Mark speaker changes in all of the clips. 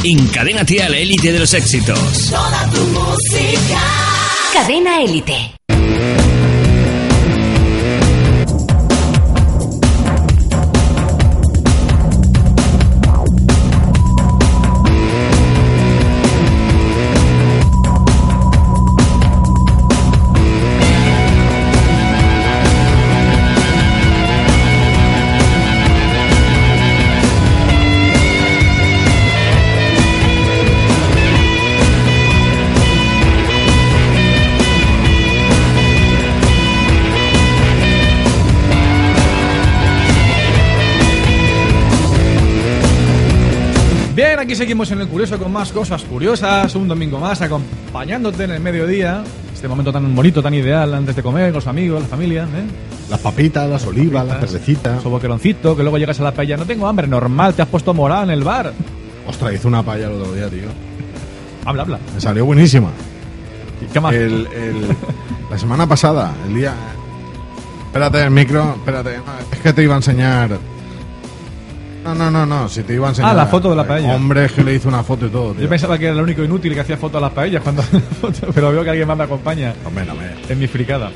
Speaker 1: Encadénate a la élite de los éxitos.
Speaker 2: Toda tu música.
Speaker 3: Cadena Élite.
Speaker 4: Bien, aquí seguimos en el Curioso con más cosas curiosas, un domingo más acompañándote en el mediodía, este momento tan bonito, tan ideal, antes de comer, con los amigos, la familia, ¿eh?
Speaker 5: Las papitas, las olivas, las cervecitas.
Speaker 4: su boqueroncito, que luego llegas a la paella, no tengo hambre, normal, te has puesto morada en el bar.
Speaker 5: Ostras, hice una paella el otro día, tío.
Speaker 4: Habla, habla.
Speaker 5: Me salió buenísima.
Speaker 4: ¿Qué más?
Speaker 5: El- el- la semana pasada, el día. Espérate, el micro, espérate. Es que te iba a enseñar. No, no, no, no, si te iba a enseñar.
Speaker 4: Ah, la foto de la paella.
Speaker 5: Hombre, es que le hice una foto y todo, tío.
Speaker 4: Yo pensaba que era el único inútil que hacía fotos a las paellas, cuando, pero veo que alguien más me acompaña
Speaker 5: Hombre, no me-
Speaker 4: en mi fricada.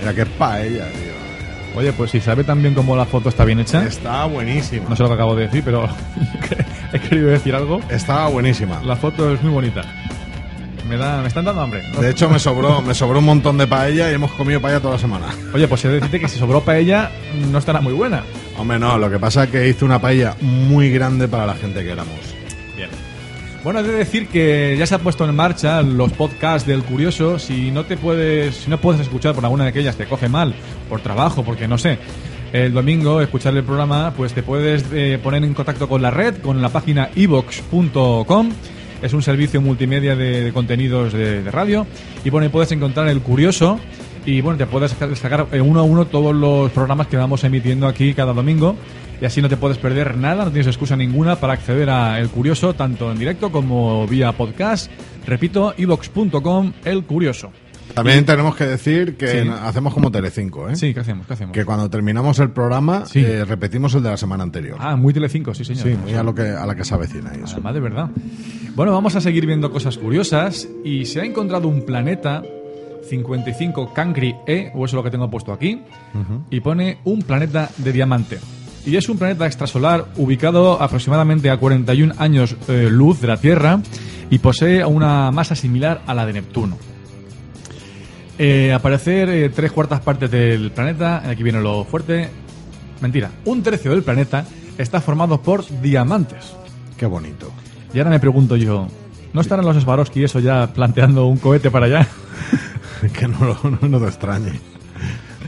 Speaker 5: Era que es paella, tío.
Speaker 4: Oye, pues si sabe también cómo la foto está bien hecha,
Speaker 5: Estaba buenísima.
Speaker 4: no sé lo que acabo de decir, pero he querido decir algo.
Speaker 5: Estaba buenísima.
Speaker 4: La foto es muy bonita. Me, da, me están dando hambre.
Speaker 5: De hecho, me sobró, me sobró un montón de paella y hemos comido paella toda la semana.
Speaker 4: Oye, pues he de decirte que si sobró paella, no estará muy buena.
Speaker 5: Hombre, no, lo que pasa es que hice una paella muy grande para la gente que éramos.
Speaker 4: Bien. Bueno, he de decir que ya se ha puesto en marcha los podcasts del Curioso. Si no te puedes, si no puedes escuchar por alguna de aquellas, te coge mal, por trabajo, porque no sé. El domingo, escuchar el programa, pues te puedes eh, poner en contacto con la red, con la página evox.com. Es un servicio multimedia de, de contenidos de, de radio. Y bueno, ahí puedes encontrar el Curioso. Y bueno, te puedes descargar eh, uno a uno todos los programas que vamos emitiendo aquí cada domingo. Y así no te puedes perder nada, no tienes excusa ninguna para acceder a El Curioso, tanto en directo como vía podcast. Repito, ibox.com El Curioso.
Speaker 5: También tenemos que decir que
Speaker 4: Sí.
Speaker 5: hacemos como Telecinco, ¿eh?
Speaker 4: Sí, ¿qué hacemos? ¿Qué hacemos?
Speaker 5: Que cuando terminamos el programa
Speaker 4: Sí.
Speaker 5: eh, repetimos el de la semana anterior.
Speaker 4: Ah, muy Telecinco, sí Ah, señor.
Speaker 5: sí, muy a, lo que, a la que se avecina y eso.
Speaker 4: Además, de verdad. Bueno, vamos a seguir viendo cosas curiosas. Y se ha encontrado un planeta, 55 Cancri E, o eso es lo que tengo puesto aquí, y pone un planeta de diamante. Y es un planeta extrasolar ubicado aproximadamente a 41 años eh, luz de la Tierra y posee una masa similar a la de Neptuno. Eh, aparecer eh, tres cuartas partes del planeta, aquí viene lo fuerte. Mentira, un tercio del planeta está formado por diamantes.
Speaker 5: Qué bonito.
Speaker 4: Y ahora me pregunto yo, ¿no estarán los Swarovski eso ya planteando un cohete para allá?
Speaker 5: que no, lo- no, no te extrañe.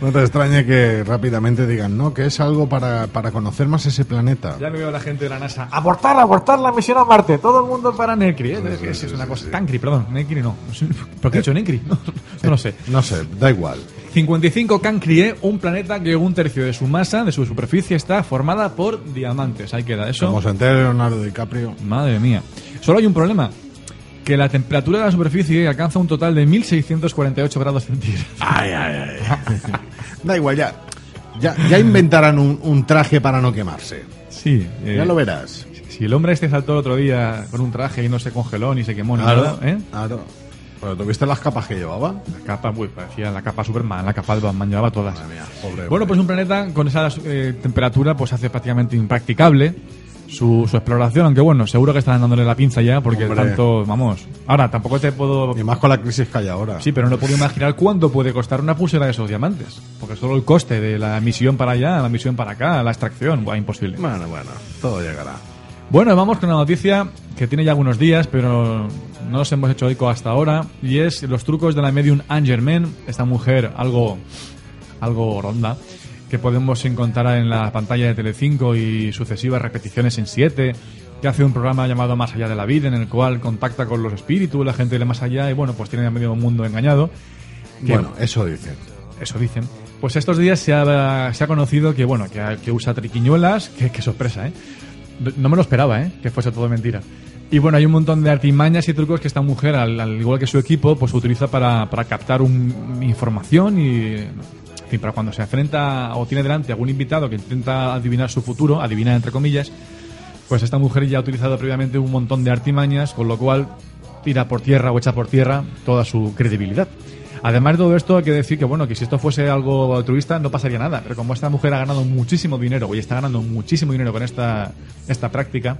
Speaker 5: No te extrañe que rápidamente digan, no, que es algo para, para conocer más ese planeta.
Speaker 4: Ya me veo a la gente de la NASA. ¡Abortar, abortar la misión a Marte! Todo el mundo para Necri. ¿eh? Es que es una cosa... Cancri, perdón. Necri no. ¿Por qué he dicho Necri? No, no lo sé.
Speaker 5: No sé, da igual.
Speaker 4: 55 Cancri E, un planeta que un tercio de su masa, de su superficie, está formada por diamantes. Ahí queda eso.
Speaker 5: Como se entere Leonardo DiCaprio.
Speaker 4: Madre mía. Solo hay un problema. Que la temperatura de la superficie alcanza un total de 1648 grados centígrados.
Speaker 5: Ay, ay, ay. da igual, ya. Ya, ya inventarán un, un traje para no quemarse.
Speaker 4: Sí. eh,
Speaker 5: Ya lo verás.
Speaker 4: Si el hombre este saltó el otro día con un traje y no se congeló ni se quemó ni nada, ¿eh?
Speaker 5: Claro. Pero tuviste las capas que llevaba.
Speaker 4: La capa, uy, parecía la capa Superman, la capa de Batman, llevaba todas.
Speaker 5: Madre mía, pobre
Speaker 4: bueno,
Speaker 5: hombre.
Speaker 4: pues un planeta con esa eh, temperatura pues hace prácticamente impracticable su, su exploración, aunque bueno, seguro que están dándole la pinza ya porque
Speaker 5: Hombre.
Speaker 4: tanto, vamos. Ahora, tampoco te puedo...
Speaker 5: Y más con la crisis que hay ahora.
Speaker 4: Sí, pero no puedo imaginar cuánto puede costar una pulsera de esos diamantes. Porque solo el coste de la misión para allá, la misión para acá, la extracción, buah, imposible.
Speaker 5: Bueno, bueno, todo llegará.
Speaker 4: Bueno, vamos con una noticia que tiene ya algunos días, pero no nos hemos hecho eco hasta ahora, y es los trucos de la medium Anne Germain, esta mujer algo, algo ronda, que podemos encontrar en la pantalla de Telecinco y sucesivas repeticiones en 7, que hace un programa llamado Más allá de la vida, en el cual contacta con los espíritus, la gente de más allá, y bueno, pues tiene a medio mundo engañado. que-
Speaker 5: Bueno, eso dicen.
Speaker 4: eso dicen. Pues estos días se ha, se ha conocido que, bueno, que, que usa triquiñuelas. que qué sorpresa, ¿eh? No me lo esperaba, ¿eh? Que fuese todo mentira. Y bueno, hay un montón de artimañas y trucos que esta mujer, al, al igual que su equipo, pues utiliza para, para captar un- información y, en fin, para cuando se enfrenta o tiene delante algún invitado que intenta adivinar su futuro, adivinar entre comillas, pues esta mujer ya ha utilizado previamente un montón de artimañas, con lo cual tira por tierra o echa por tierra toda su credibilidad. Además de todo esto, hay que decir que, bueno, que si esto fuese algo altruista no pasaría nada, pero como esta mujer ha ganado muchísimo dinero y está ganando muchísimo dinero con esta, esta práctica,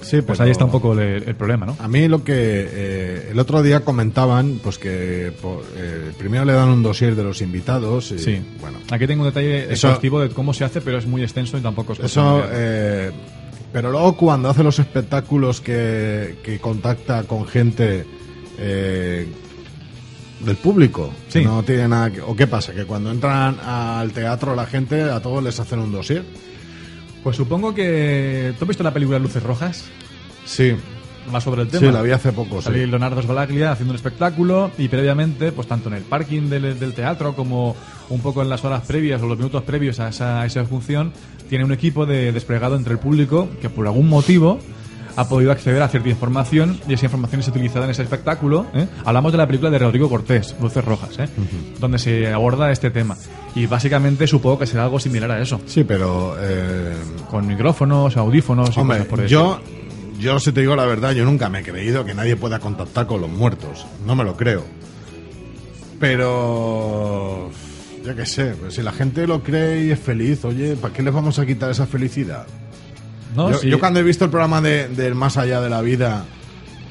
Speaker 5: Sí,
Speaker 4: pues ahí está un poco el, el problema, ¿no?
Speaker 5: A mí lo que eh, el otro día comentaban, pues que por- eh, primero le dan un dossier de los invitados. Y,
Speaker 4: Sí.
Speaker 5: Bueno,
Speaker 4: Aquí tengo un detalle
Speaker 5: Eso-
Speaker 4: exhaustivo de cómo se hace, pero es muy extenso y tampoco es cosa
Speaker 5: Eso,
Speaker 4: muy grande.
Speaker 5: eh, pero luego cuando hace los espectáculos que, que contacta con gente eh, del público,
Speaker 4: Sí.
Speaker 5: que no tiene nada que, o qué pasa, que cuando entran al teatro la gente a todos les hacen un dossier. eh,
Speaker 4: Pues supongo que... ¿Tú has visto la película Luces Rojas?
Speaker 5: Sí,
Speaker 4: Más sobre el tema.
Speaker 5: sí, la vi hace poco. Pues sí.
Speaker 4: Salí Leonardo Sbalaglia haciendo un espectáculo y previamente, pues tanto en el parking del, del teatro como un poco en las horas previas o los minutos previos a esa, a esa función, tiene un equipo de, desplegado entre el público que por algún motivo ha podido acceder a cierta información y esa información es utilizada en ese espectáculo. ¿eh? Hablamos de la película de Rodrigo Cortés, Luces Rojas, ¿eh? donde se aborda este tema. Y básicamente supongo que será algo similar a eso,
Speaker 5: Sí, pero eh,
Speaker 4: con micrófonos, audífonos y
Speaker 5: hombre,
Speaker 4: cosas por el
Speaker 5: yo, yo si te digo la verdad, yo nunca me he creído que nadie pueda contactar con los muertos. No me lo creo. Pero yo qué sé, pues si la gente lo cree y es feliz, oye, ¿para qué les vamos a quitar esa felicidad?
Speaker 4: estilo. ¿No?
Speaker 5: yo,
Speaker 4: Sí.
Speaker 5: yo cuando he visto el programa de, del Más Allá de la Vida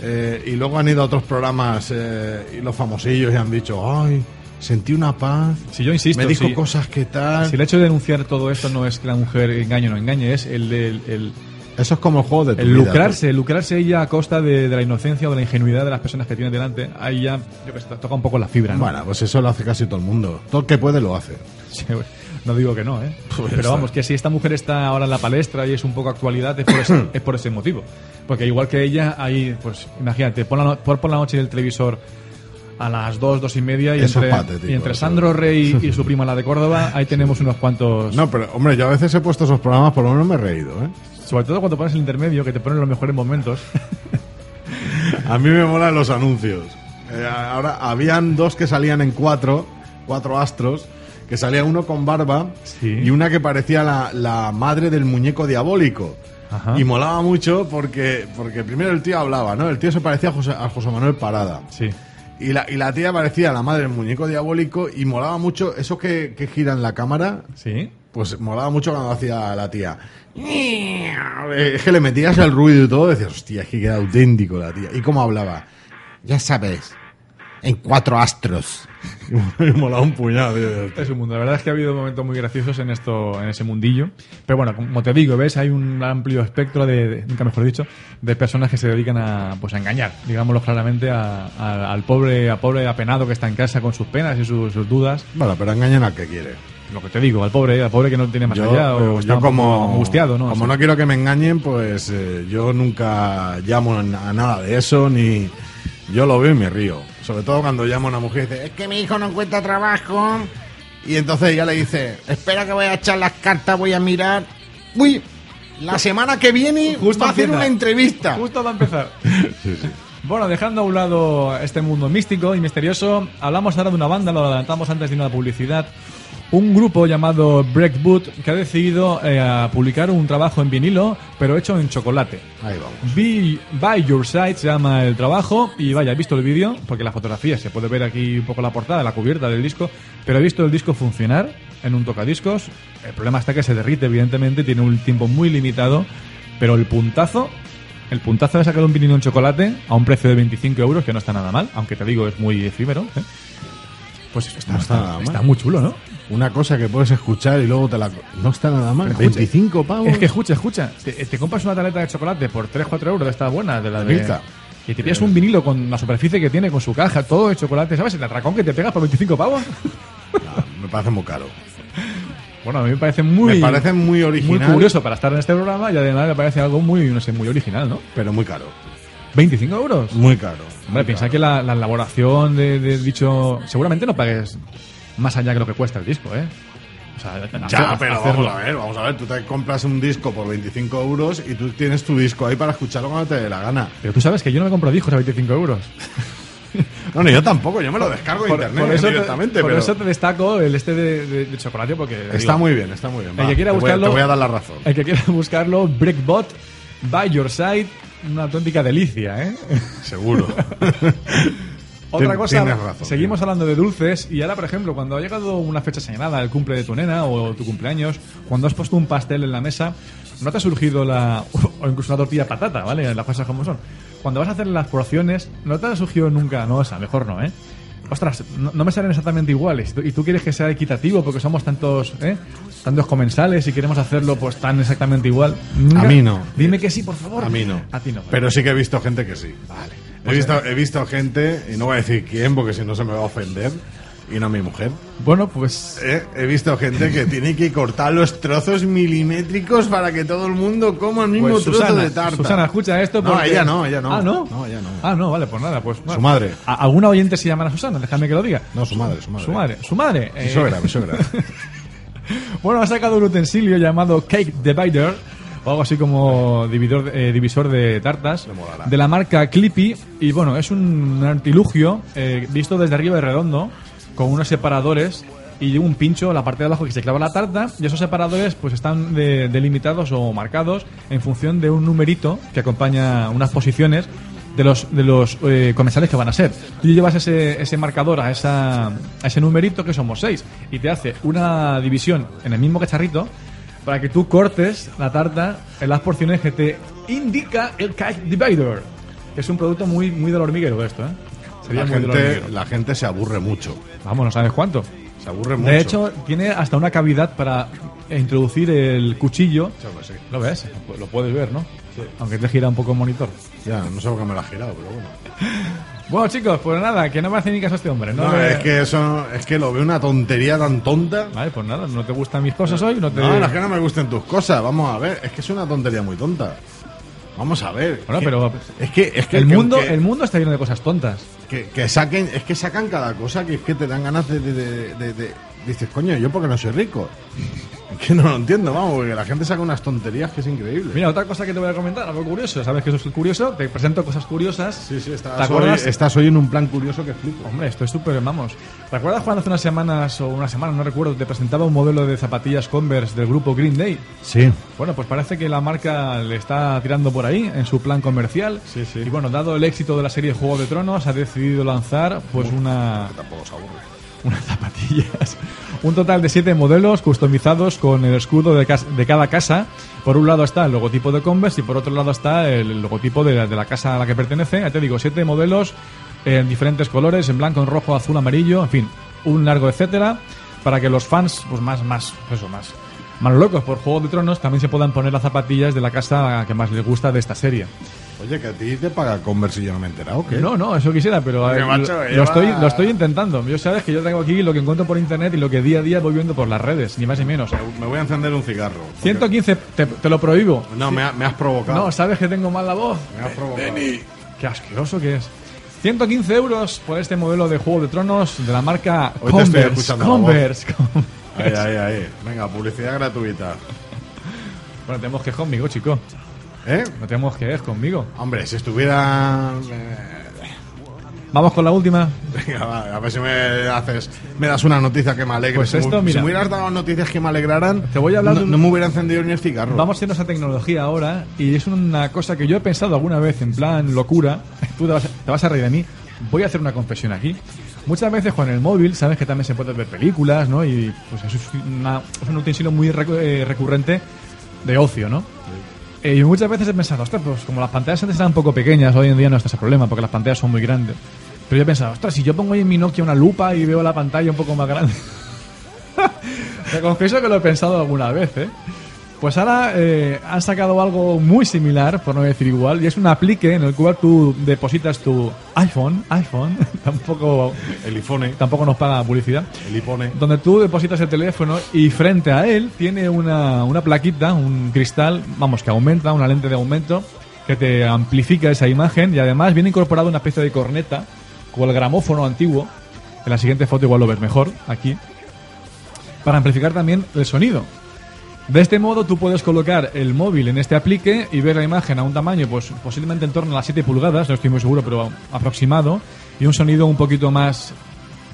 Speaker 5: eh, y luego han ido a otros programas eh, y los famosillos y han dicho, ay, sentí una paz,
Speaker 4: Si yo insisto,
Speaker 5: me dijo
Speaker 4: si-
Speaker 5: cosas que tal.
Speaker 4: Si el hecho de denunciar todo esto no es que la mujer engañe o no engañe, es el, de- el, el-
Speaker 5: Eso es como el juego de tu
Speaker 4: el
Speaker 5: vida, tú.
Speaker 4: lucrarse, el lucrarse ella a costa de, de la inocencia o de la ingenuidad de las personas que tiene delante. Ahí ya yo que sé, toca un poco la fibra, ¿no?
Speaker 5: Bueno, pues eso lo hace casi todo el mundo. Todo el que puede lo hace.
Speaker 4: Sí, bueno, no digo que no, ¿eh?
Speaker 5: Pues
Speaker 4: Pero
Speaker 5: está.
Speaker 4: vamos, que si esta mujer está ahora en la palestra y es un poco actualidad, es por ese, es por ese motivo. Porque igual que ella, ahí, pues imagínate, pon la, no- pon por la noche el televisor a las dos, dos y media y
Speaker 5: Eso
Speaker 4: entre,
Speaker 5: es patético,
Speaker 4: y entre
Speaker 5: eso.
Speaker 4: Sandro Rey y su prima la de Córdoba, ahí tenemos unos cuantos...
Speaker 5: No, pero hombre, yo a veces he puesto esos programas, por lo menos me he reído, ¿eh?
Speaker 4: Sobre todo cuando pones el intermedio, que te ponen los mejores momentos.
Speaker 5: A mí me molan los anuncios. Eh, ahora, habían dos que salían en cuatro, cuatro astros, que salía uno con barba
Speaker 4: Sí.
Speaker 5: y una que parecía la, la madre del muñeco diabólico.
Speaker 4: Ajá.
Speaker 5: Y molaba mucho porque, porque primero el tío hablaba, ¿no? El tío se parecía a José, a José Manuel Parada.
Speaker 4: Sí.
Speaker 5: Y la, y la tía parecía la madre del muñeco diabólico y molaba mucho esos que, que giran la cámara.
Speaker 4: Sí.
Speaker 5: Pues molaba mucho cuando hacía la tía. eh, Es que le metías el ruido y todo, decías, hostia, es que queda auténtico la tía. ¿Y cómo hablaba?
Speaker 6: Ya sabes, en cuatro astros.
Speaker 5: Me molaba un puñado. tío.
Speaker 4: Es un mundo. La verdad es que ha habido momentos muy graciosos en esto, en ese mundillo. Pero bueno, como te digo, ves, hay un amplio espectro de, de- nunca mejor dicho, de personas que se dedican a, pues, a engañar, digámoslo claramente, a- a- al pobre, a pobre apenado que está en casa con sus penas y sus, sus dudas.
Speaker 5: Bueno, pero engañan al que quiere.
Speaker 4: Lo que te digo, al pobre, al pobre que no tiene más allá
Speaker 5: eh,
Speaker 4: o está
Speaker 5: yo como,
Speaker 4: angustiado, ¿no?
Speaker 5: Como
Speaker 4: O sea,
Speaker 5: no quiero que me engañen, pues eh, yo nunca llamo a na- a nada de eso, ni yo lo veo y me río. Sobre todo cuando llamo a una mujer y dice,
Speaker 6: Es que mi hijo no encuentra trabajo.
Speaker 5: Y entonces ella le dice,
Speaker 6: Espera que voy a echar las cartas, voy a mirar. Uy, la semana que viene
Speaker 4: Justo
Speaker 6: va a hacer
Speaker 4: empieza.
Speaker 6: una entrevista.
Speaker 4: Justo va a empezar. Bueno, dejando a un lado este mundo místico y misterioso, hablamos ahora de una banda, lo adelantamos antes de una publicidad. Un grupo llamado Breakboot que ha decidido eh, publicar un trabajo en vinilo, pero hecho en chocolate.
Speaker 5: ahí vamos.
Speaker 4: Be By Your Side se llama el trabajo y vaya, he visto el vídeo, porque la fotografía se puede ver aquí un poco la portada, la cubierta del disco, pero he visto el disco funcionar en un tocadiscos. El problema está que se derrite, evidentemente, tiene un tiempo muy limitado, pero el puntazo, el puntazo de sacar un vinilo en chocolate a un precio de 25 euros, que no está nada mal, aunque te digo, es muy efímero. ¿eh? Pues está,
Speaker 5: No está
Speaker 4: está-
Speaker 5: nada mal.
Speaker 4: está muy chulo, ¿no?
Speaker 5: Una cosa que puedes escuchar y luego te la... No está nada mal.
Speaker 4: Pero escucha,
Speaker 5: 25 pavos.
Speaker 4: Es que escucha, escucha. Te, te compras una tableta de chocolate por 3-4 euros de esta buena, de la de.
Speaker 5: Milka.
Speaker 4: Y te pillas un vinilo con la superficie que tiene, con su caja, todo de chocolate. ¿Sabes el atracón que te pegas por 25 pavos?
Speaker 5: No, me parece muy caro.
Speaker 4: Bueno, a mí me parece muy.
Speaker 5: Me parece muy original.
Speaker 4: Muy curioso para estar en este programa y además me parece algo muy, no sé, muy original, ¿no?
Speaker 5: Pero muy caro.
Speaker 4: 25 euros.
Speaker 5: Muy caro.
Speaker 4: Hombre, piensa que la, la elaboración de, de dicho. Seguramente no pagues más allá que lo que cuesta el disco, ¿eh? O sea,
Speaker 5: Ya,
Speaker 4: hacer-
Speaker 5: pero
Speaker 4: hacerlo.
Speaker 5: vamos a ver, vamos a ver. Tú te compras un disco por 25 euros y tú tienes tu disco ahí para escucharlo cuando te dé la gana.
Speaker 4: Pero tú sabes que yo no me compro discos a 25 euros.
Speaker 5: No, ni yo tampoco, yo me lo descargo de internet
Speaker 4: eso te-
Speaker 5: directamente,
Speaker 4: por
Speaker 5: pero
Speaker 4: eso te destaco el este de, de- de chocolate porque.
Speaker 5: está
Speaker 4: digo,
Speaker 5: muy bien, está muy bien.
Speaker 4: El
Speaker 5: va,
Speaker 4: que quiera
Speaker 5: te voy a-
Speaker 4: buscarlo.
Speaker 5: te voy a dar la razón.
Speaker 4: El que quiera buscarlo, Brickbot, by your side, una auténtica delicia, ¿eh?
Speaker 5: Seguro.
Speaker 4: Otra
Speaker 5: Tien-
Speaker 4: cosa,
Speaker 5: tienes razón,
Speaker 4: seguimos
Speaker 5: tienes.
Speaker 4: hablando de dulces y ahora, por ejemplo, cuando ha llegado una fecha señalada, el cumple de tu nena o tu cumpleaños, cuando has puesto un pastel en la mesa, no te ha surgido la... o incluso una tortilla de patata, ¿vale? Las cosas como son. Cuando vas a hacer las porciones, no te ha surgido nunca, no, esa, mejor no, ¿eh? Ostras, no, no me salen exactamente iguales. Y tú- Y tú quieres que sea equitativo porque somos tantos, ¿eh? Tantos comensales y queremos hacerlo pues tan exactamente igual. Nunca-
Speaker 5: mí no.
Speaker 4: Dime que sí, por favor.
Speaker 5: A mí no.
Speaker 4: A ti no. vale.
Speaker 5: Pero sí que he visto gente que sí. Vale. He visto, he visto gente, y no voy a decir quién porque si no se me va a ofender, y no mi mujer.
Speaker 4: Bueno, pues...
Speaker 5: Eh, He visto gente que tiene que cortar los trozos milimétricos para que todo el mundo coma el mismo
Speaker 4: Pues
Speaker 5: trozo
Speaker 4: Susana,
Speaker 5: de tarta.
Speaker 4: Susana, escucha eh. esto.
Speaker 5: No,
Speaker 4: porque-
Speaker 5: ella no, ella no.
Speaker 4: Ah, no.
Speaker 5: No, ella no.
Speaker 4: Ah, no, vale, pues nada, pues. bueno.
Speaker 5: madre.
Speaker 4: A- ¿Alguna oyente se llamará Susana? Déjame que lo diga.
Speaker 5: No, su madre, su madre.
Speaker 4: Su madre. Su madre.
Speaker 5: Mi
Speaker 4: eh,
Speaker 5: suegra, mi suegra.
Speaker 4: bueno, ha sacado un utensilio llamado Cake Divider, o algo así como dividor, eh, divisor de tartas,
Speaker 5: molará.
Speaker 4: de la marca Clippy. Y bueno, es un artilugio eh, visto desde arriba de redondo, con unos separadores y un pincho en la parte de abajo que se clava la tarta. Y esos separadores pues están de- delimitados o marcados en función de un numerito que acompaña unas posiciones. De los, de los eh, comensales que van a ser. Tú llevas ese, ese marcador a, esa, a ese numerito, que somos seis, y te hace una división en el mismo cacharrito para que tú cortes la tarta en las porciones que te indica el cake divider. Que es un producto muy, muy del hormiguero esto, ¿eh? Sería
Speaker 5: La
Speaker 4: muy del
Speaker 5: gente,
Speaker 4: hormiguero.
Speaker 5: la gente se aburre mucho.
Speaker 4: Vamos, no sabes cuánto.
Speaker 5: Se aburre mucho.
Speaker 4: De hecho, tiene hasta una cavidad para introducir el cuchillo.
Speaker 5: Yo que sí.
Speaker 4: ¿Lo ves?
Speaker 5: Pues
Speaker 4: Lo puedes ver, ¿no? Aunque te gira un poco el monitor.
Speaker 5: Ya, no sé por qué me lo ha girado, pero bueno.
Speaker 4: Bueno, chicos, pues nada, que no me hace ni caso este hombre. No,
Speaker 5: No,
Speaker 4: le-
Speaker 5: es que eso es que lo veo una tontería tan tonta.
Speaker 4: Vale, pues nada, no te gustan mis cosas hoy, no te...
Speaker 5: No, no es que no me gusten tus cosas. Vamos a ver, es que es una tontería muy tonta. Vamos a ver.
Speaker 4: Bueno,
Speaker 5: que-
Speaker 4: pero-
Speaker 5: es que es que
Speaker 4: el,
Speaker 5: que-
Speaker 4: mundo,
Speaker 5: que-
Speaker 4: el mundo está lleno de cosas tontas.
Speaker 5: que, que saquen, es que sacan cada cosa que es que te dan ganas de, de- de- de- de- dices, coño, yo porque no soy rico. Es que no lo entiendo, vamos, porque la gente saca unas tonterías que es increíble.
Speaker 4: Mira, otra cosa que te voy a comentar, algo curioso. Sabes que eso es curioso, te presento cosas curiosas.
Speaker 5: sí, sí, este-
Speaker 4: ¿Te
Speaker 5: estás hoy,
Speaker 4: acuerdas?
Speaker 5: estás hoy en un plan curioso que flipo.
Speaker 4: Hombre, esto es súper, vamos. ¿Te acuerdas cuando hace unas semanas o una semana, no recuerdo, te presentaba un modelo de zapatillas Converse del grupo Green Day?
Speaker 5: Sí.
Speaker 4: Bueno, pues parece que la marca le está tirando por ahí en su plan comercial.
Speaker 5: Sí, sí.
Speaker 4: Y bueno, dado el éxito de la serie Juego de Tronos, ha decidido lanzar pues una
Speaker 5: Tampoco se aburre.
Speaker 4: unas zapatillas. Un total de siete modelos customizados con el escudo de, cas- de cada casa. Por un lado está el logotipo de Converse y por otro lado está el logotipo de la, de la casa a la que pertenece. Ya te digo, siete modelos en diferentes colores, en blanco, en rojo, azul, amarillo, en fin, un largo etcétera, para que los fans, pues más, más, eso, más, más locos por Juego de Tronos, también se puedan poner las zapatillas de la casa que más les gusta de esta serie.
Speaker 5: Oye, que a ti te paga Converse y yo no me he enterado, ¿qué?
Speaker 4: No, no, eso quisiera, pero eh,
Speaker 5: Porque,
Speaker 4: lo-
Speaker 5: macho,
Speaker 4: lo,
Speaker 5: lleva-
Speaker 4: estoy, lo estoy intentando. Yo sabes que yo tengo aquí lo que encuentro por internet y lo que día a día voy viendo por las redes, ni más ni menos.
Speaker 5: Me voy a encender un cigarro. porque-
Speaker 4: 115, te, te lo prohíbo.
Speaker 5: No, me, ha- me has provocado.
Speaker 4: No, sabes que tengo mal la voz.
Speaker 5: me has provocado.
Speaker 4: Qué asqueroso que es. 115 euros por este modelo de Juego de Tronos de la marca
Speaker 5: Hoy te estoy
Speaker 4: Converse.
Speaker 5: escuchando la voz.
Speaker 4: Converse. Con-
Speaker 5: Ahí, ahí, ahí. Venga, publicidad gratuita.
Speaker 4: Bueno, tenemos que es conmigo, chico.
Speaker 5: ¿Eh?
Speaker 4: No tenemos que es conmigo.
Speaker 5: Hombre, si estuviera. eh,
Speaker 4: Vamos con la última.
Speaker 5: Venga, va, a ver si me haces. Me das una noticia que me alegre.
Speaker 4: Pues
Speaker 5: Si me-
Speaker 4: esto,
Speaker 5: si,
Speaker 4: mira.
Speaker 5: me hubieras dado noticias que me alegraran,
Speaker 4: Te voy a hablar
Speaker 5: no,
Speaker 4: de un-
Speaker 5: no me hubiera encendido ni el cigarro.
Speaker 4: Vamos a irnos a tecnología ahora y es una cosa que yo he pensado alguna vez en plan locura. Tú te vas, te vas a reír de mí. Voy a hacer una confesión aquí. Muchas veces con el móvil, sabes que también se puede ver películas, ¿no? Y pues eso es, una- es un utensilio muy recu- eh, recurrente de ocio, ¿no? Eh, y muchas veces he pensado, ostras, pues como las pantallas antes eran un poco pequeñas, hoy en día no está ese problema porque las pantallas son muy grandes. Pero yo he pensado, ostras, si yo pongo ahí en mi Nokia una lupa y veo la pantalla un poco más grande. Te confieso que lo he pensado alguna vez, ¿eh? Pues ahora eh, han sacado algo muy similar, por no decir igual, y es un aplique en el cual tú depositas tu iPhone, iPhone, tampoco,
Speaker 5: El iPhone,
Speaker 4: tampoco nos paga publicidad,
Speaker 5: el iPhone.
Speaker 4: donde tú depositas el teléfono y frente a él tiene una, una plaquita, un cristal, vamos, que aumenta, una lente de aumento, que te amplifica esa imagen y además viene incorporada una especie de corneta con el gramófono antiguo. En la siguiente foto igual lo ves mejor, aquí, para amplificar también el sonido. De este modo tú puedes colocar el móvil en este aplique y ver la imagen a un tamaño pues posiblemente en torno a las 7 pulgadas, no estoy muy seguro, pero aproximado, y un sonido un poquito más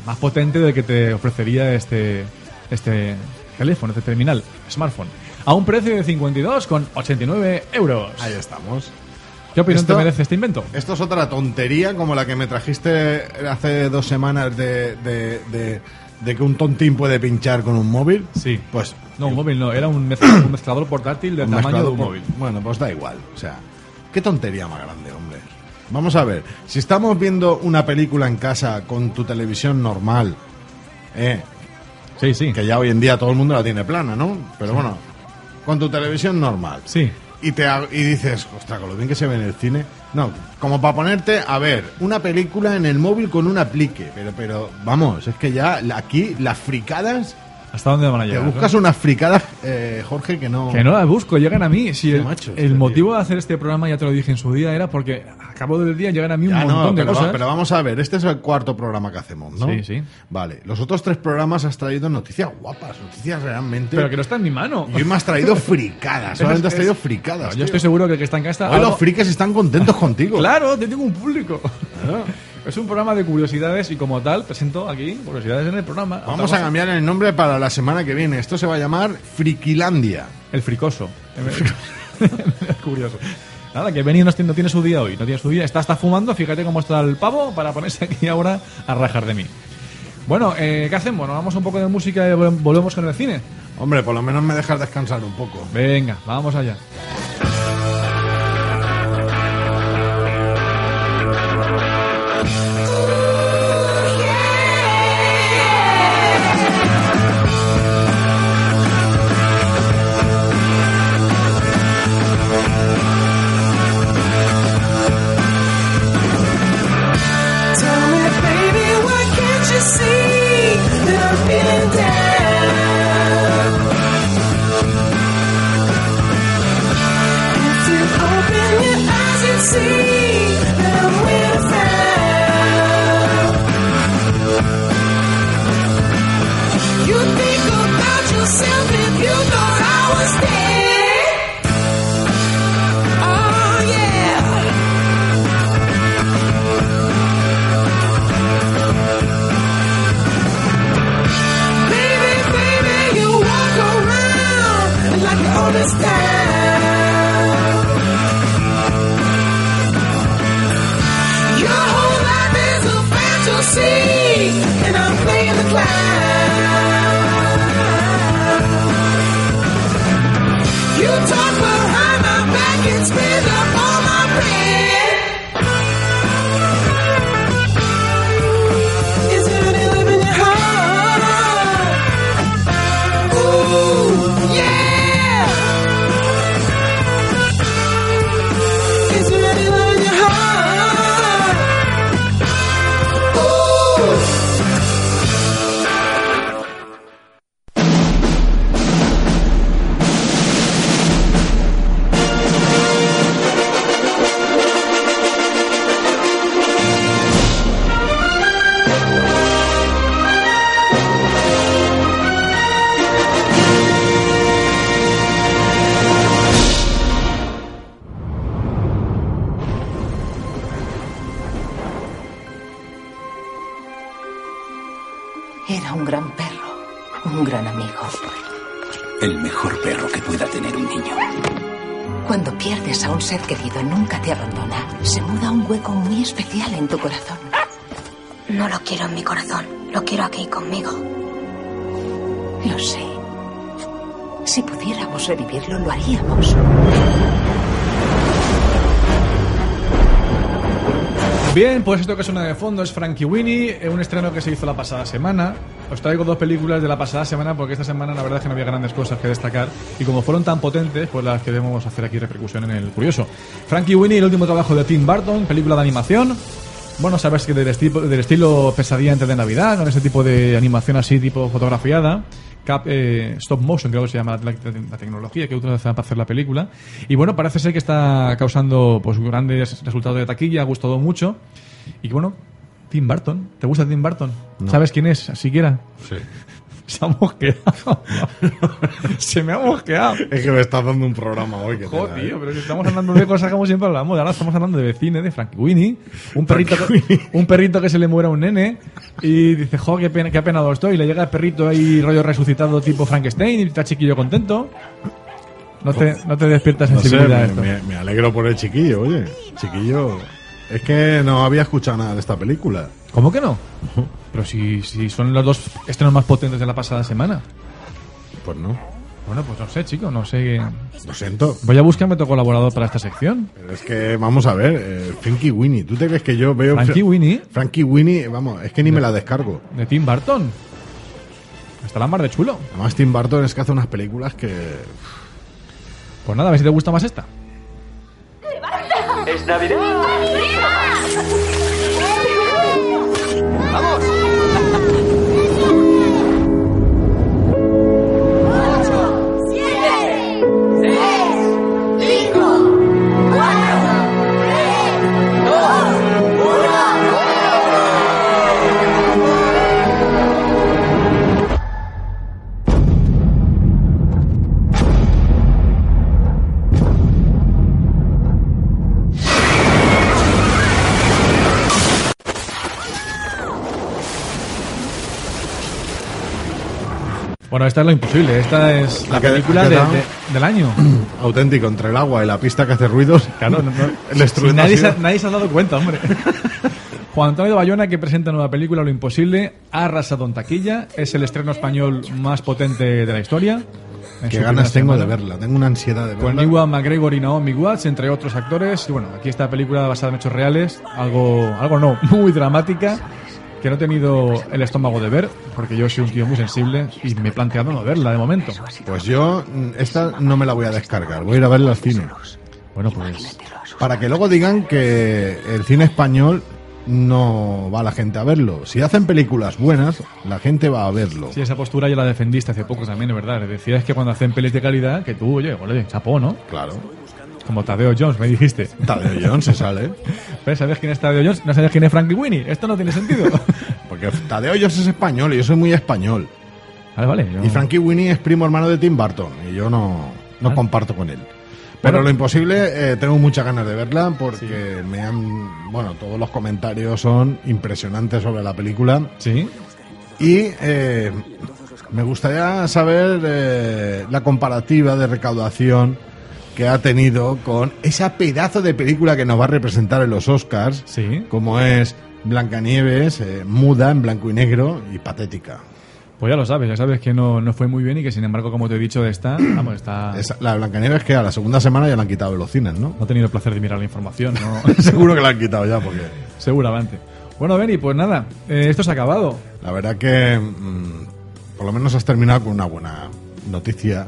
Speaker 4: más potente del que te ofrecería este, este teléfono, este terminal, smartphone. A un precio de 52,89 euros.
Speaker 5: Ahí estamos.
Speaker 4: ¿Qué opinión
Speaker 5: Esto-
Speaker 4: te merece este invento?
Speaker 5: Esto es otra tontería como la que me trajiste hace dos semanas de, de- de- de que un tontín puede pinchar con un móvil.
Speaker 4: Sí.
Speaker 5: Pues
Speaker 4: No, un móvil no, era un, mez- un mezclador portátil del
Speaker 5: un
Speaker 4: tamaño de
Speaker 5: mezclador
Speaker 4: un
Speaker 5: por-
Speaker 4: móvil.
Speaker 5: Bueno, pues da igual. O sea, qué tontería más grande, hombre. Vamos a ver, si estamos viendo una película en casa con tu televisión normal, eh,
Speaker 4: Sí, sí.
Speaker 5: que ya hoy en día todo el mundo la tiene plana, ¿no? Pero bueno, con tu televisión normal.
Speaker 4: Sí.
Speaker 5: Y, te, ha- y dices, ostras, con lo bien que se ve en el cine. No, como para ponerte a ver una película en el móvil con un aplique. Pero, pero, vamos, es que ya la- aquí las fricadas,
Speaker 4: ¿Hasta dónde van a
Speaker 5: te
Speaker 4: llegar?
Speaker 5: buscas
Speaker 4: no?
Speaker 5: unas fricadas, eh, Jorge, que no...
Speaker 4: Que no las busco, llegan a mí. Si
Speaker 5: Qué
Speaker 4: el,
Speaker 5: macho este
Speaker 4: el
Speaker 5: tío.
Speaker 4: motivo de hacer este programa, ya te lo dije en su día, era porque a cabo del día llegan a mí
Speaker 5: Ya,
Speaker 4: un
Speaker 5: no,
Speaker 4: montón de
Speaker 5: pero, va-
Speaker 4: cosas.
Speaker 5: pero vamos a ver, este es el cuarto programa que hacemos, ¿no?
Speaker 4: Sí, sí.
Speaker 5: Vale, los otros tres programas has traído noticias guapas, noticias realmente...
Speaker 4: Pero que no está en mi mano.
Speaker 5: Y hoy me has traído fricadas, solamente
Speaker 4: Es-
Speaker 5: has traído
Speaker 4: es-
Speaker 5: fricadas.
Speaker 4: Yo
Speaker 5: tío.
Speaker 4: estoy seguro que el que está en casa.
Speaker 5: Hoy
Speaker 4: algo-
Speaker 5: los frikis están contentos contigo.
Speaker 4: Ah,
Speaker 5: Ah.
Speaker 4: Claro, te tengo un público. Es un programa de curiosidades y como tal presento aquí curiosidades en el programa.
Speaker 5: Vamos a cambiar el nombre para la semana que viene. Esto se va a llamar Frikilandia.
Speaker 4: El fricoso. Curioso. Nada, que Benny no tiene, no tiene su día hoy, no tiene su día. Está hasta fumando, fíjate cómo está el pavo para ponerse aquí ahora a rajar de mí. Bueno, eh, ¿qué hacemos? ¿Nos vamos un poco de música y vol- volvemos con el cine?
Speaker 5: Hombre, por lo menos me dejas descansar un poco.
Speaker 4: Venga, vamos allá.
Speaker 2: Tell me, baby, why can't you see that I'm feeling down? If you open your eyes, you'd see that I'm with found. You think about yourself if you thought I was dead. Oh yeah. Baby, baby, you walk around like you own this town. Your whole life is a fantasy, and I'm playing the clown. You talk behind my back and spit up on my bed. Is it really in your heart? Ooh, yeah. Is there any love in your heart? Ooh.
Speaker 7: Era un gran perro, un gran amigo.
Speaker 1: El mejor perro que pueda tener un niño.
Speaker 7: Cuando pierdes a un ser querido, nunca te abandona. Se muda un hueco muy especial en tu corazón.
Speaker 8: No lo quiero en mi corazón, lo quiero aquí conmigo.
Speaker 7: Lo sé. Si pudiéramos revivirlo, lo haríamos.
Speaker 4: Bien, pues esto que suena de fondo es Frankie Winnie, eh, un estreno que se hizo la pasada semana. Os traigo dos películas de la pasada semana porque esta semana la verdad es que no había grandes cosas que destacar y como fueron tan potentes, pues las queremos hacer aquí repercusión en el curioso. Frankie Winnie, el último trabajo de Tim Burton, película de animación. Bueno, sabes que del, esti- del estilo pesadilla antes de Navidad, con ese tipo de animación así, tipo fotografiada. Cap- eh, stop motion, creo que se llama la, la- la tecnología que utilizan para hacer la película. Y bueno, parece ser que está causando pues grandes resultados de taquilla, ha gustado mucho. Y bueno, Tim Burton, ¿te gusta Tim Burton? ¿Sabes quién es? Siquiera.
Speaker 5: Sí.
Speaker 4: Se ha mosqueado. se me ha mosqueado.
Speaker 5: Es que me estás dando un programa hoy. Que te
Speaker 4: Joder,
Speaker 5: da, ¿eh?
Speaker 4: tío, pero si estamos hablando de cosas como siempre hablamos. Ahora estamos hablando de cine, de Frank Winnie, un perrito, que, un perrito que se le muere a un nene y dice, jo, qué, pena, qué apenado estoy. Y le llega el perrito ahí, rollo resucitado tipo Frankenstein y está chiquillo contento. No te, no te despierta
Speaker 5: No sé,
Speaker 4: sensibilidad a
Speaker 5: me,
Speaker 4: esto.
Speaker 5: me- me alegro por el chiquillo, oye. Chiquillo. Es que no había escuchado nada de esta película.
Speaker 4: ¿Cómo que no? Pero si, si son los dos estrenos más potentes de la pasada semana.
Speaker 5: Pues no.
Speaker 4: Bueno, pues no sé, chico, no sé. qué-
Speaker 5: Lo siento.
Speaker 4: Voy a buscarme otro colaborador para esta sección.
Speaker 5: Pero es que, vamos a ver, eh, Frankie Winnie. ¿Tú te crees que yo veo.
Speaker 4: Frankie Winnie
Speaker 5: Frankie Winnie, vamos, es que ni me la descargo.
Speaker 4: de Tim Burton. Está la mar de chulo.
Speaker 5: Además, Tim Burton es que hace unas películas que.
Speaker 4: Pues nada, a ver si te gusta más esta.
Speaker 9: ¡Es Navidad! ¡Vamos!
Speaker 4: Bueno, esta es lo imposible. Esta es la
Speaker 5: Ha queda-
Speaker 4: película
Speaker 5: ha
Speaker 4: de-
Speaker 5: quedado-
Speaker 4: de- del año.
Speaker 5: Auténtico, entre el agua y la pista que hace ruidos.
Speaker 4: Claro, no- no-
Speaker 5: El estruendo
Speaker 4: nadie,
Speaker 5: ha
Speaker 4: se,
Speaker 5: sido-
Speaker 4: ha- nadie se ha dado cuenta, hombre. Juan Antonio Bayona, que presenta nueva película Lo Imposible, ha arrasado en taquilla. Es el estreno español más potente de la historia. En
Speaker 5: Qué
Speaker 4: su
Speaker 5: ganas
Speaker 4: primera
Speaker 5: tengo
Speaker 4: semana.
Speaker 5: de verla, tengo una ansiedad de verla.
Speaker 4: Con Ewan McGregor y Naomi Watts, entre otros actores. Y bueno, aquí esta película basada en hechos reales, algo, algo no, muy dramática, que no he tenido el estómago de ver, porque yo soy un tío muy sensible y me he planteado no verla de momento.
Speaker 5: Pues yo, mm, esta no me la voy a descargar, voy a ir a verla al cine.
Speaker 4: Bueno, pues
Speaker 5: Para que luego digan que el cine español no va la gente a verlo. Si hacen películas buenas, la gente va a verlo.
Speaker 4: Sí, esa postura ya la defendiste hace poco también, es verdad. Le decías que cuando hacen pelis de calidad, que tú, oye, ole, chapó, ¿no?
Speaker 5: Claro.
Speaker 4: Como Tadeo Jones, me dijiste.
Speaker 5: Tadeo Jones se sale.
Speaker 4: Pero ¿sabes quién es Tadeo Jones? No sabes quién es Frankie Winnie. Esto no tiene sentido.
Speaker 5: Porque Tadeo Jones es español y yo soy muy español.
Speaker 4: vale, vale. yo-
Speaker 5: Y Frankie Winnie es primo hermano de Tim Burton y yo no, no comparto con él. Pero
Speaker 4: Ah. Bueno.
Speaker 5: lo imposible, eh, tengo muchas ganas de verla porque me han. Bueno, todos los comentarios son impresionantes sobre la película.
Speaker 4: Sí.
Speaker 5: Y eh, me gustaría saber eh, la comparativa de recaudación que ha tenido con esa pedazo de película que nos va a representar en los Oscars,
Speaker 4: Sí.
Speaker 5: como es Blancanieves, eh, muda en blanco y negro y patética.
Speaker 4: Pues ya lo sabes, ya sabes que no, no fue muy bien y que sin embargo, como te he dicho, está. Vamos, está.
Speaker 5: Esa- la de Blancanieves que a la segunda semana ya la han quitado de los cines, ¿no?
Speaker 4: No he tenido el placer de mirar la información, no.
Speaker 5: Seguro que la han quitado ya porque
Speaker 4: Seguramente. Bueno, Benny, pues nada, eh, esto se ha acabado.
Speaker 5: la verdad que mm, por lo menos has terminado con una buena noticia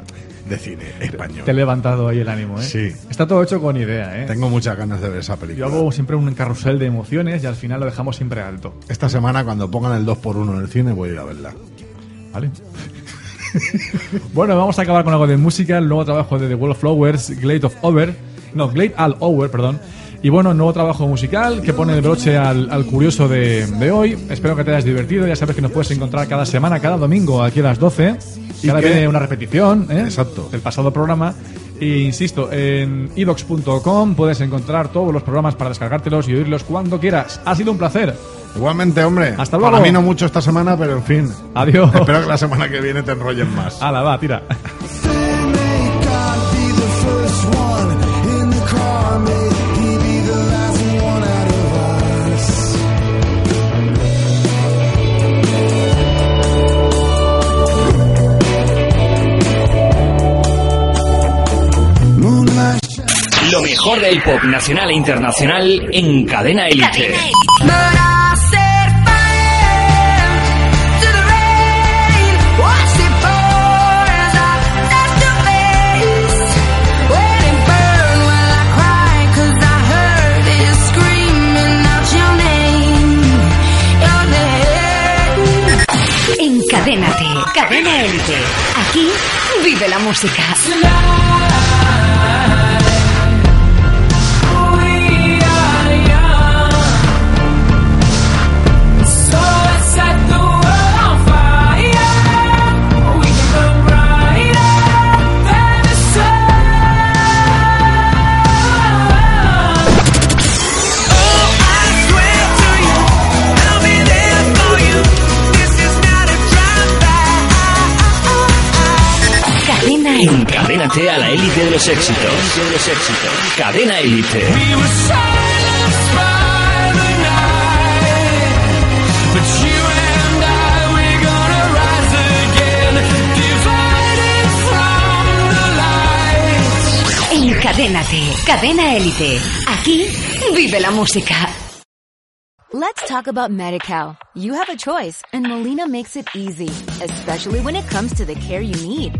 Speaker 5: de cine español.
Speaker 4: Te he levantado ahí el ánimo, ¿eh?
Speaker 5: Sí.
Speaker 4: Está todo hecho con idea, ¿eh?
Speaker 5: Tengo muchas ganas de ver esa
Speaker 4: Yo
Speaker 5: película.
Speaker 4: hago siempre un carrusel de emociones y al final lo dejamos siempre alto.
Speaker 5: Esta semana, cuando pongan el 2x1 en el cine, voy a ir a verla.
Speaker 4: Vale. bueno, vamos a acabar con algo de música, el nuevo trabajo de The Wall of Flowers, Glade of Over, no, Glade al Over, perdón. Y bueno, nuevo trabajo musical que pone el broche al, al curioso de, de hoy. Espero que te hayas divertido. Ya sabes que nos puedes encontrar cada semana, cada domingo, aquí a las 12. Y ahora
Speaker 5: que-
Speaker 4: viene una repetición ¿eh?
Speaker 5: Exacto.
Speaker 4: del pasado programa. E insisto, en idox.com puedes encontrar todos los programas para descargártelos y oírlos cuando quieras. Ha sido un placer.
Speaker 5: Igualmente, hombre.
Speaker 4: Hasta luego.
Speaker 5: Para mí no mucho esta semana, pero en fin.
Speaker 4: Adiós.
Speaker 5: Espero que la semana que viene te enrollen más.
Speaker 4: Ala, va, tira.
Speaker 9: Lo mejor de
Speaker 10: del pop nacional e internacional en Cadena Elite.
Speaker 2: Encadénate, cadena élite. Aquí vive la música.
Speaker 10: Encadénate a la élite de los éxitos. Cadena Élite.
Speaker 2: Encadénate, cadena élite. Aquí vive la música.
Speaker 3: Let's talk about MediCal. You have a choice and Molina makes it easy, especially when it comes to the care you need.